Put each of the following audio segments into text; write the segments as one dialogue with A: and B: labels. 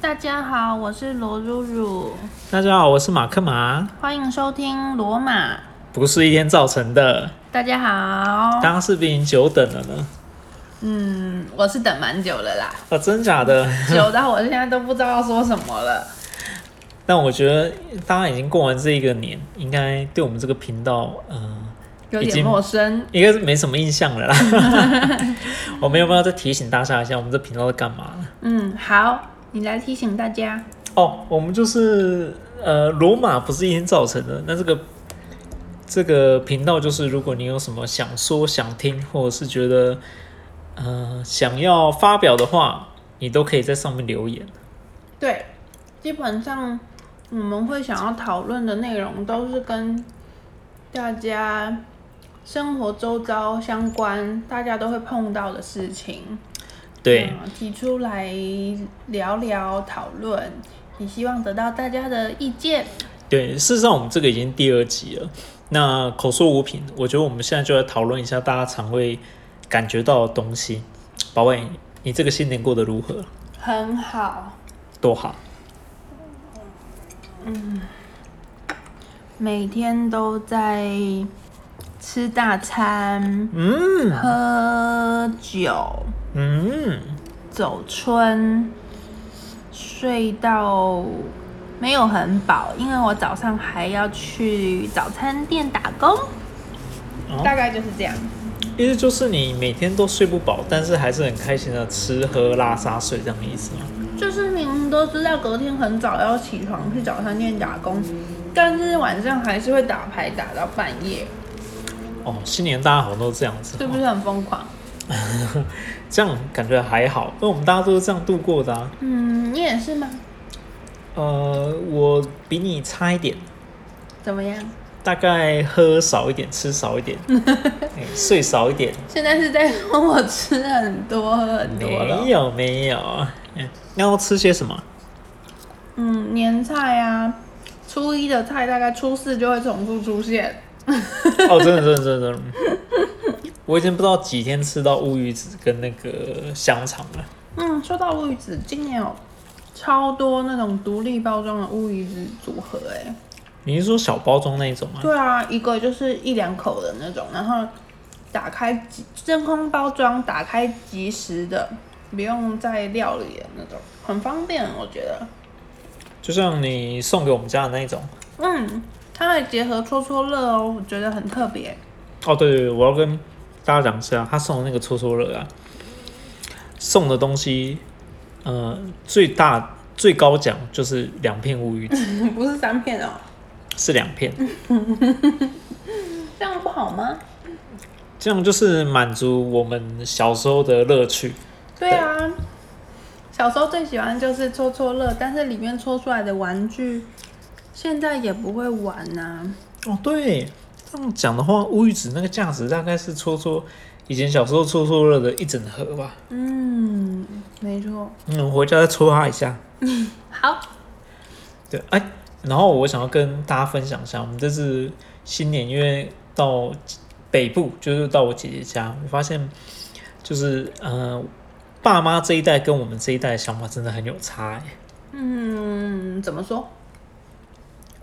A: 大家好，我是罗如如，
B: 大家好，我是马克马，
A: 欢迎收听罗马。
B: 不是一天造成的。
A: 大家好，
B: 刚刚是不是已经久等了呢？
A: 嗯，我是等蛮久 了啦，
B: 啊，真假的？
A: 久到我现在都不知道要说什么了。
B: 但我觉得大家已经过完这一个年，应该对我们这个频道，嗯、
A: 有
B: 已
A: 点
B: 经
A: 陌生，
B: 应该是没什么印象了啦。我们要不要再提醒大家一下，我们这频道在干嘛呢？
A: 嗯，好，你来提醒大家，
B: 哦，我们就是呃，罗马不是一天造成的。那这个这个频道就是，如果你有什么想说、想听，或者是觉得呃想要发表的话，你都可以在上面留言。
A: 对，基本上嗯我们会想要讨论的内容都是跟大家生活周遭相关，大家都会碰到的事情。
B: 对，
A: 嗯提出来聊聊讨论，也希望得到大家的意见。
B: 对，事实上我们这个已经第二集了。那口说无凭，我觉得我们现在就来讨论一下大家常会感觉到的东西。宝贝，你这个新年过得如何？
A: 很好，
B: 多好！
A: 每天都在吃大餐，嗯，喝酒，
B: 嗯，
A: 走春，睡到没有很饱，因为我早上还要去早餐店打工。
B: 哦
A: 大概就是这样，
B: 意思就是你每天都睡不饱，但是还是很开心的吃喝拉撒睡这样的意思吗？
A: 就是明明都知道隔天很早要起床去早餐店打工，但是晚上还是会打牌打到半夜，
B: 哦，新年大家好像都这样子，
A: 是不？是很疯狂？
B: 这样感觉还好，因为我们大家都是这样度过的啊。
A: 嗯，你也是吗？
B: 呃，我比你差一点，
A: 怎么样？
B: 大概喝少一点，吃少一 点，哎睡少一点，
A: 现在是在说我吃很多很多了
B: 没。有没有。哎那要吃些什么？
A: 嗯，年菜啊，初一的菜大概初四就会重复出现。
B: 哦，真的真的真的，真的我已经不知道几天吃到乌鱼子跟那个香肠了。
A: 嗯，说到乌鱼子，今年有超多那种独立包装的乌鱼子组合、哎。
B: 你是说小包装那一种吗？
A: 对啊，一个就是一两口的那种，然后打开即真空包装，打开即食的，不用再料理的那种，很方便，我觉得。
B: 就像你送给我们家的那一种。
A: 嗯，它还结合戳戳乐哦，我觉得很特别。
B: 哦，对对对，我要跟大家讲一下，他送的那个搓搓乐啊，送的东西，呃，最大最高奖就是两片乌鱼子，
A: 不是三片哦，
B: 是两片，
A: 这样不好吗？
B: 这样就是满足我们小时候的乐趣。
A: 对啊，小时候最喜欢就是戳戳乐，但是里面戳出来的玩具，现在也不会玩啊呐、
B: 哦，对，这样讲的话，乌鱼子那个价值大概是搓搓以前小时候搓搓乐的一整盒吧。
A: 嗯，没错。
B: 嗯，我回家再搓它一下。
A: 好，
B: 对，哎、然后我想要跟大家分享一下，我们这次新年因为到北部，就是到我姐姐家，我发现就是呃，爸妈这一代跟我们这一代的想法真的很有差、欸。
A: 嗯，怎么说？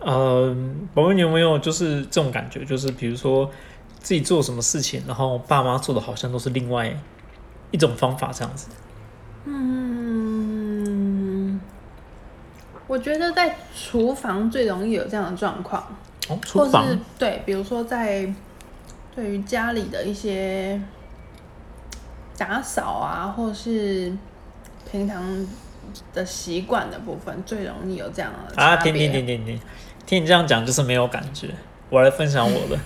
B: 呃，宝贝，你有没有就是这种感觉？就是比如说自己做什么事情，然后爸妈做的好像都是另外一种方法这样子。
A: 嗯，我觉得在厨房最容易有这样的状况，
B: 哦，厨房
A: 或是对，比如说在对于家里的一些打扫啊，或是平常的习惯的部分，最容易有这样的
B: 啊，
A: 差
B: 停
A: 别
B: 停停停停，听你这样讲就是没有感觉。我来分享我的，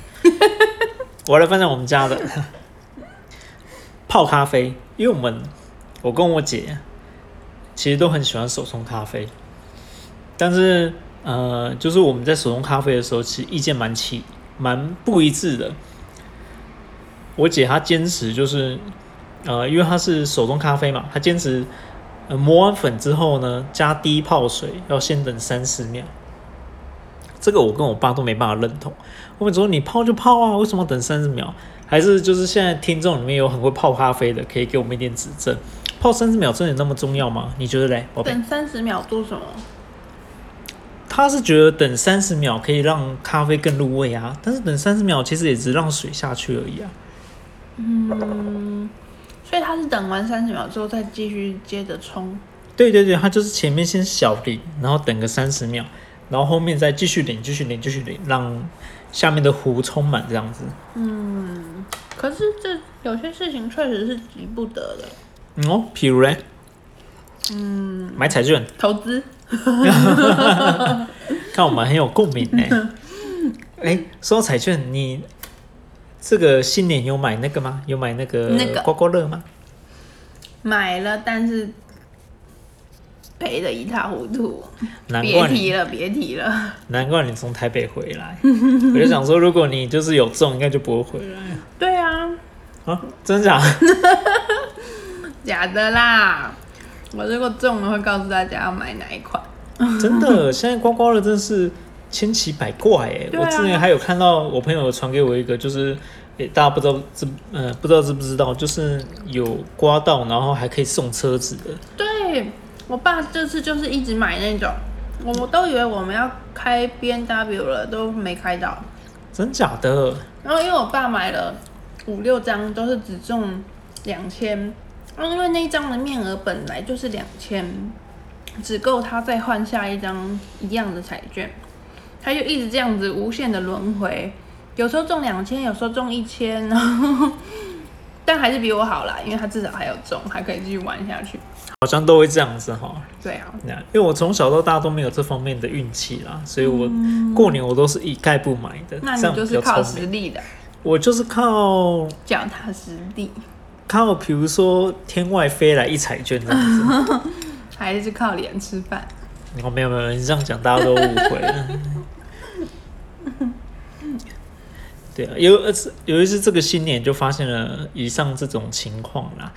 B: 我来分享我们家的泡咖啡，因为我们我跟我姐其实都很喜欢手冲咖啡，但是呃，就是我们在手冲咖啡的时候，其实意见蛮奇蛮不一致的。我姐她坚持就是，呃，因为她是手冲咖啡嘛，她坚持呃，磨完粉之后呢，加低泡水，要先等三十秒。这个我跟我爸都没办法认同。我们说你泡就泡啊，为什么要等三十秒？还是就是现在听众里面有很会泡咖啡的，可以给我们一点指正。泡三十秒真的那么重要吗？你觉得嘞，宝贝？
A: 等三十秒做什么？
B: 他是觉得等三十秒可以让咖啡更入味啊，但是等三十秒其实也只让水下去而已啊。
A: 嗯，所以他是等完三十秒之后再继续接着冲。
B: 对对对，他就是前面先小淋，然后等个三十秒，然后后面再继续淋，继续淋，继续淋，让下面的壶充满这样子。
A: 嗯，可是这有些事情确实是急不得的。
B: 嗯哦，譬如嘞，嗯，买彩券，
A: 投资
B: 看我们很有共鸣呢。
A: 嗯
B: 哎，说到彩券，你这个新年有买那个吗？有买那个
A: 那个
B: 刮刮乐吗？
A: 买了，但是赔得一塌糊涂。
B: 难
A: 别
B: 怪你
A: 提了，别提了。
B: 难怪你从台北回来，我就想说，如果你就是有中，应该就不会回来
A: 对啊，
B: 啊？真假？
A: 假的啦。我如果中了，会告诉大家要买哪一款。
B: 真的，现在刮刮乐真的是千奇百怪哎、
A: 对啊
B: 我之前还有看到我朋友传给我一个，就是、诶大家不知道知呃不知道知不知道，就是有刮到，然后还可以送车子的。
A: 对我爸这次就是一直买那种，我我都以为我们要开 B N W 了，都没开到。
B: 真假的？
A: 然后因为我爸买了五六张，都是只中两千，然后因为那一张的面额本来就是两千，只够他再换下一张一样的彩券，他就一直这样子无限的轮回，有时候中两千，有时候中一千， 然后但还是比我好啦，因为他至少还有中，还可以继续玩下去。
B: 好像都会这样子哈。
A: 对啊，
B: 那因为我从小到大都没有这方面的运气啦，所以我过年我都是一概不买的。
A: 嗯那你
B: 这样
A: 就
B: 比
A: 是
B: 较
A: 靠
B: 聪明
A: 实力的，
B: 我就是靠
A: 脚踏实地，
B: 靠，比如说天外飞来一彩券这样子。
A: 还是靠脸吃饭。
B: 哦，没有没有，你这样讲大家都误会了。对啊，有呃是有一次这个新年就发现了以上这种情况啦。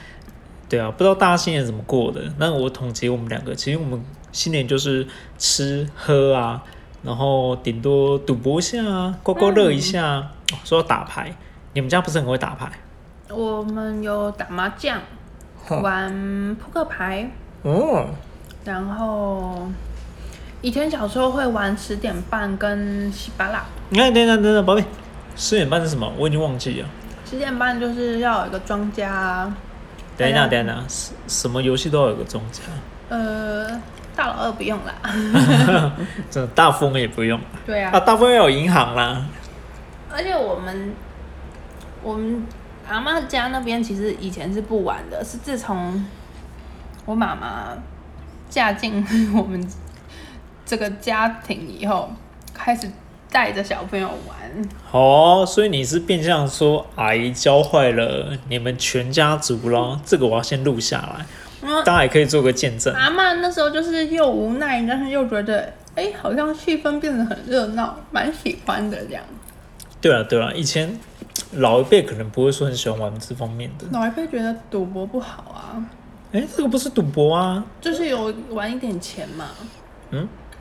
B: 对啊，不知道大家新年怎么过的？那我统计我们两个，其实我们新年就是吃喝啊，然后顶多赌博一下啊，刮刮乐一下啊、哦说到打牌，你们家不是很会打牌？
A: 我们有打麻将，
B: 嗯
A: 玩扑克牌，
B: 哦，
A: 然后以前小时候会玩十点半跟稀巴拉。
B: 你看，哎等等等等，宝贝，十点半是什么？我已经忘记了。
A: 十点半就是要有一个庄家，
B: 等一下，
A: 好的
B: 等一下，什什么游戏都要有个中奖，
A: 呃，大老二不用啦。
B: 真的大风也不用
A: 对
B: 啊，
A: 啊，
B: 大风要有银行啦。
A: 而且我们我们阿妈家那边其实以前是不玩的，是自从我妈妈嫁进我们这个家庭以后，开始带着小朋友玩。
B: 哦，所以你是变相说阿姨教坏了你们全家族咯，这个我要先录下来，
A: 然后
B: 大家也可以做个见证。
A: 阿嬷那时候就是又无奈，但是又觉得，哎、好像气氛变得很热闹，蛮喜欢的这样。
B: 对了对了，啊以前老一辈可能不会说很喜欢玩这方面的。
A: 老一辈觉得赌博不好啊，
B: 哎，这个不是赌博啊！
A: 就是有玩一点钱嘛。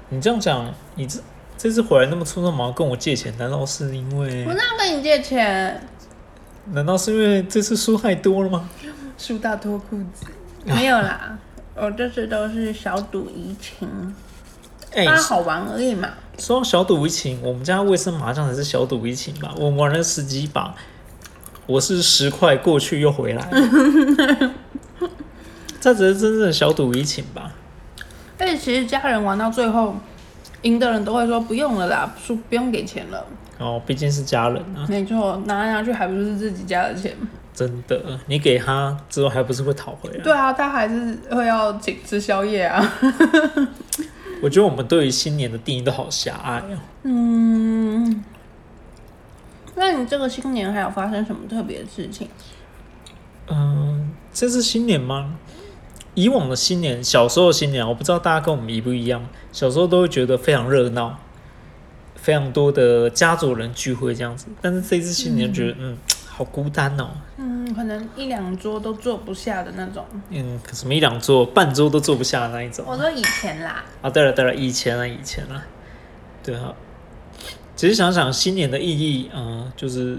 B: 你这样讲，你这这次回来那么匆匆忙忙跟我借钱，难道是因为
A: 我哪有跟你借钱？
B: 难道是因为这次输太多了吗？
A: 输到脱裤子，没有啦。 我这次都是小赌怡情，
B: 哎，
A: 大家好玩而已嘛。
B: 说到小赌怡情，我们家卫生麻将才是小赌怡情吧？我玩了十几把，我是十块过去又回来，这才是真正的小赌怡情吧？
A: 而且哎其实家人玩到最后，赢的人都会说不用了啦，输不用给钱了。
B: 哦，毕竟是家人啊，
A: 没错，拿来拿去还不是自己家的钱。
B: 真的，你给他之后还不是会讨回来？
A: 对啊，他还是会要请吃宵夜啊。
B: 我觉得我们对于新年的定义都好狭隘哦。
A: 嗯，那你这个新年还有发生什么特别的事情？
B: 嗯，这是新年吗？以往的新年，小时候的新年，我不知道大家跟我们一不一样。小时候都会觉得非常热闹，非常多的家族人聚会这样子。但是这次新年觉得，嗯好孤单哦。
A: 嗯，可能一两桌都坐不下的那种。
B: 嗯，什么一两桌、半桌都坐不下的那一种
A: 我说以前啦，
B: 啊。对了对了，以前啊，以前啊，对啊。其实想想新年的意义，嗯、就是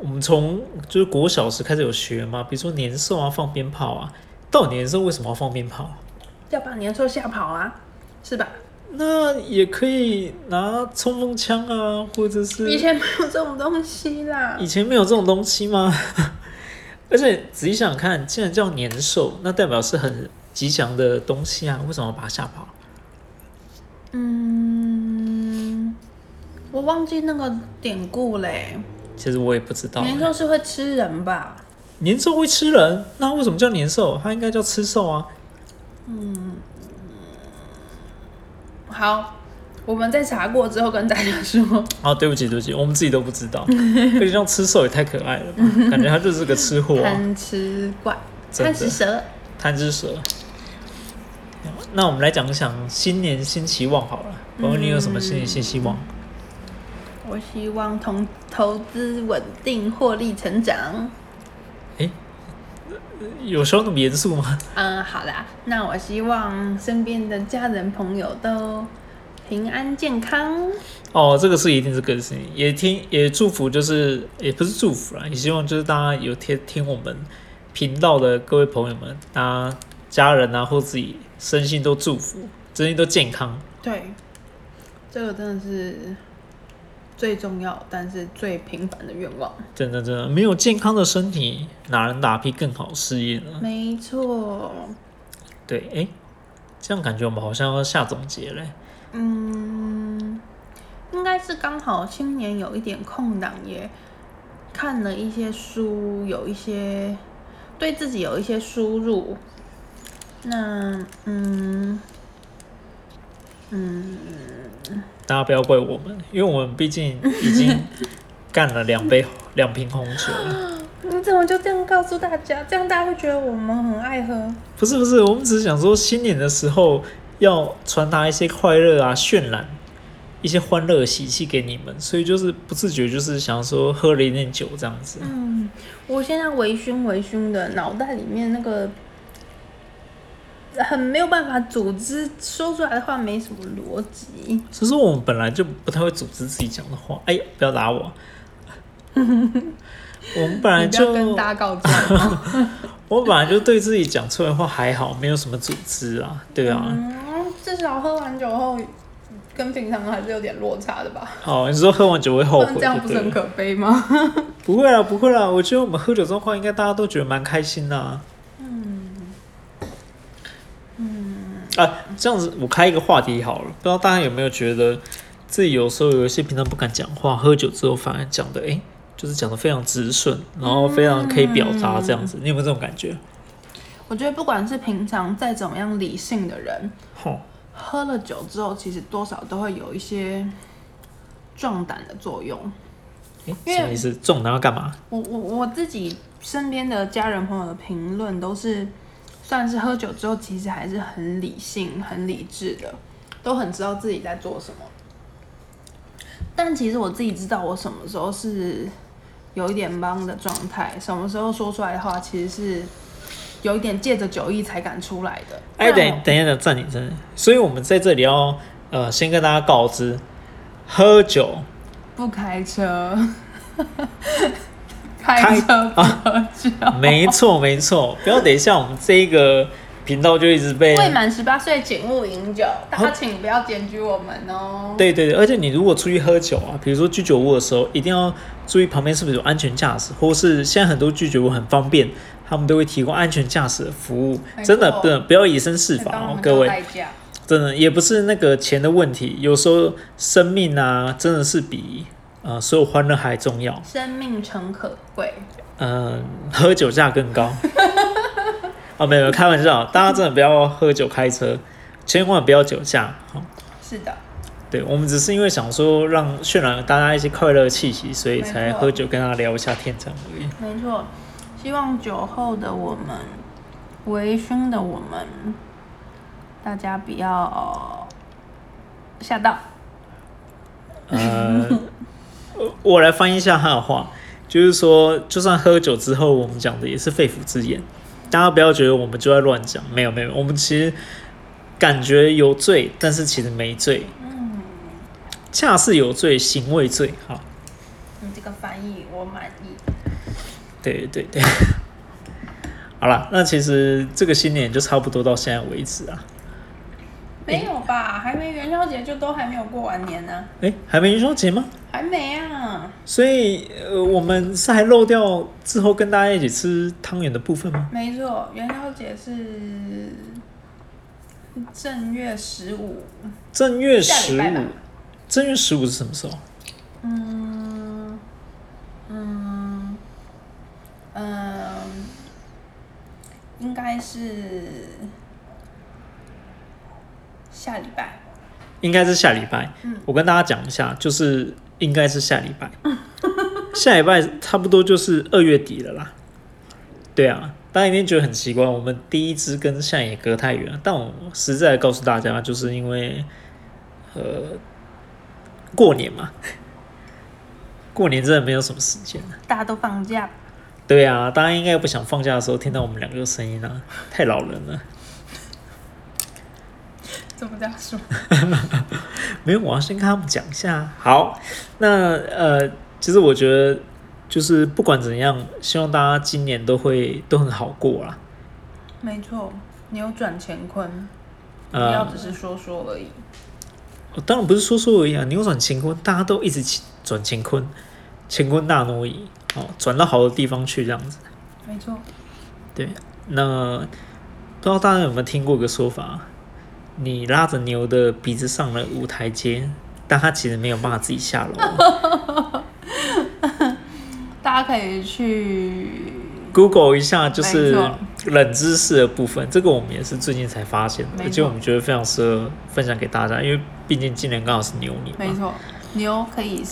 B: 我们从就是国小时开始有学嘛，比如说年兽啊、放鞭炮啊，到底是为什么要放鞭炮？
A: 要把年兽吓跑啊，是吧？
B: 那也可以拿冲锋枪啊，或者是
A: 以前没有这种东西啦
B: 以。前没有这种东西吗？ 而且仔细想想看，既然叫年兽，那代表是很吉祥的东西啊，为什么把它吓跑？
A: 嗯，我忘记那个典故嘞。
B: 其实我也不知道欸。
A: 年兽是会吃人吧？
B: 年兽会吃人，那为什么叫年兽？它应该叫吃兽啊。
A: 好，我们在查过之后跟大家说。
B: 哦，对不起，对不起，我们自己都不知道。而且叫吃兽也太可 爱了吧，感觉它就是个吃货、啊，
A: 贪吃怪，
B: 真的
A: 贪吃蛇。
B: 贪吃蛇。那我们来讲讲新年新期望好了。我问你有什么新年新希望？
A: 我希望投投资稳定，获利成长。
B: 有时候那么严肃吗？
A: 嗯，好啦，那我希望身边的家人朋友都平安健康。
B: 哦，这个是一定是个性，也听也祝福，就是也不是祝福啦，也希望就是大家有听听我们频道的各位朋友们，大家家人啊或自己身心都祝福，身心都健康。
A: 对，这个真的是最重要，但是最平凡的愿望。
B: 真的真的，没有健康的身体，哪能打拼更好事业呢？
A: 嗯没错，
B: 对，哎、这样感觉我们好像要下总结嘞。
A: 嗯，应该是刚好新年有一点空档，也看了一些书，有一些对自己有一些输入。那嗯嗯，
B: 大家不要怪我们，因为我们毕竟已经干了两杯两瓶红酒了。
A: 你怎么就这样告诉大家？这样大家会觉得我们很爱喝。
B: 不是不是，我们只是想说新年的时候要传达一些快乐啊，渲染一些欢乐喜气给你们，所以就是不自觉就是想说喝了一点酒这样子。
A: 嗯，我现在微醺微醺的，脑袋里面那个很没有办法组织，说出来的话没什么逻辑。
B: 其实我们本来就不太会组织自己讲的话，哎呀，不要打 我。我们本来
A: 你不要
B: 就
A: 跟大家告 状哦。
B: 我本来就对自己讲出来的话还好，没有什么组织啊，对啊。
A: 嗯，至少喝完酒后，跟平常还是有点落差的吧？
B: 哦，你说喝完酒会后
A: 不
B: 悔
A: 然这样
B: 就对了，
A: 不是很可悲吗？
B: 不会啦，不会啦，我觉得我们喝酒这种话，应该大家都觉得蛮开心的、啊。嗯，嗯，啊，这样子我开一个话题好了，不知道大家有没有觉得自己有时候有一些平常不敢讲话，喝酒之后反而讲的，哎、就是讲的非常直顺，然后非常可以表达这样
A: 嗯
B: 子，你有没有这种感觉？
A: 我觉得不管是平常再怎么样理性的人，
B: 吼，
A: 喝了酒之后，其实多少都会有一些壮胆的作用。
B: 哎、
A: 因为
B: 什么意思？这种人要干嘛？
A: 我我我自己身边的家人朋友的评论都是，算是喝酒之后其实还是很理性、很理智的，都很知道自己在做什么。但其实我自己知道我什么时候是有一点懵的状态，什么时候说出来的话其实是有一点借着酒意才敢出来的。
B: 哎，
A: 不然我
B: 等等一下，暂停，暂停。所以我们在这里要呃，先跟大家告知，喝酒
A: 不开车， 开车不喝酒。
B: 啊 没错，没错，不要等一下我们这一个频道就一直被。
A: 未满十八岁请勿饮酒，大家请不要检举我们哦。
B: 哦对对对，而且你如果出去喝酒啊，比如说居酒屋的时候，一定要注意旁边是不是有安全驾驶，或是现在很多居酒屋很方便，他们都会提供安全驾驶的服务
A: 没，错
B: 真的不能不要以身试法
A: 帮我
B: 哦
A: 们，
B: 各
A: 做
B: 位，
A: 代驾。
B: 真的也不是那个钱的问题，有时候生命啊，真的是比呃所有欢乐还重要，
A: 生命诚可贵，
B: 嗯、喝酒价更高。 啊，没有没有开玩笑，大家真的不要喝酒开车，千万不要酒驾，好。
A: 是的，
B: 对，我们只是因为想说让渲染大家一些快乐的气息，所以
A: 没错
B: 才喝酒跟大家聊一下天长而已。
A: 没错。希望酒后的我们，微醺的我们，大家不要吓到。
B: 呃，我我来翻译一下他的话，就是说，就算喝酒之后，我们讲的也是肺腑之言，大家不要觉得我们就在乱讲，没有没有，我们其实感觉有罪，但是其实没罪，
A: 嗯，
B: 恰似有罪，行未罪。好，
A: 你这个翻译我满意。
B: 对对对。 好了，那其实这个新年就差不多到现在为止啊。
A: 没有吧？还没元宵节就都还没有过完年呢、
B: 诶，还没元宵节吗？
A: 还没啊，
B: 所以呃，我们是还漏掉之后跟大家一起吃汤圆的部分吗？
A: 没错，元宵节是正月十五，
B: 正月
A: 下
B: 十
A: 礼拜吧
B: 五，正月十五是什么时候？
A: 嗯嗯嗯，应该是下礼拜。
B: 应该是下礼拜。我跟大家讲一下，就是应该是下礼拜， 下礼拜差不多就是二月底了啦。对啊，大家一定觉得很奇怪，我们第一支跟现在也隔太远了。但我实在地告诉大家，就是因为呃过年嘛，过年真的没有什么时间。
A: 大家都放假，
B: 对啊，大家应该不想放假的时候听到我们两个的声音啊，太老人了。
A: 怎么这样说？
B: 没有，我要先跟他们讲一下。好，那呃，其实我觉得就是不管怎样，希望大家今年都会都很好过啦。
A: 没错，扭转乾坤，不要
B: 呃，
A: 只是说说而已。
B: 当然不是说说而已啊，扭转乾坤，大家都一直起转乾坤，乾坤大挪移哦，转到好的地方去这样子。
A: 没错，
B: 那不知道大家有没有听过一个说法，啊你拉着牛的鼻子上了五台阶，但它其实没有办法自己下楼啊。
A: 大家可以去，
B: Google 一下就是
A: 没错
B: 冷知识的部分，这个我们也是最近才发现的，
A: 没错
B: 而且我们觉得非常适合分享给大家，因为毕竟今年刚好是牛年
A: 没
B: 嘛。
A: 错，牛可以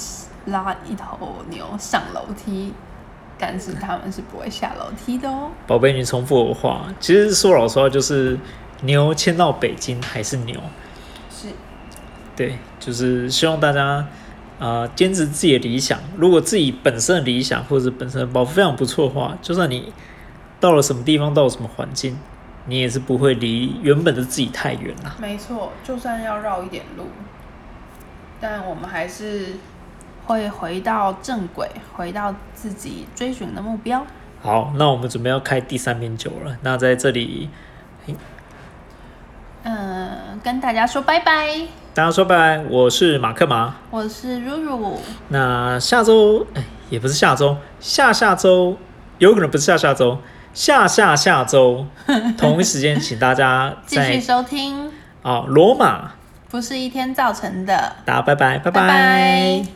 A: 拉一头牛上楼梯，但是他们是不会下楼梯的哦。
B: 宝贝，你重复我的话，其实说老实话就是牛迁到北京还是牛，
A: 是，
B: 对，就是希望大家呃坚持自己的理想，如果自己本身的理想或者本身的抱负非常不错的话，就算你到了什么地方，到了什么环境，你也是不会离原本的自己太远啊啦。
A: 没错，就算要绕一点路，但我们还是会回到正轨，回到自己追寻的目标。
B: 好，那我们准备要开第三瓶酒了。那在这里，
A: 嗯，跟大家说拜拜，
B: 大家说拜拜。我是马克马。
A: 我是露露，
B: 那下周，哎，也不是下周，下下周，有可能不是下下周，下下 下周，同一时间，请大家
A: 继续
B: 在
A: 收听，
B: 啊、罗马，
A: 不是一天造成的。
B: 大家拜拜，拜
A: 拜拜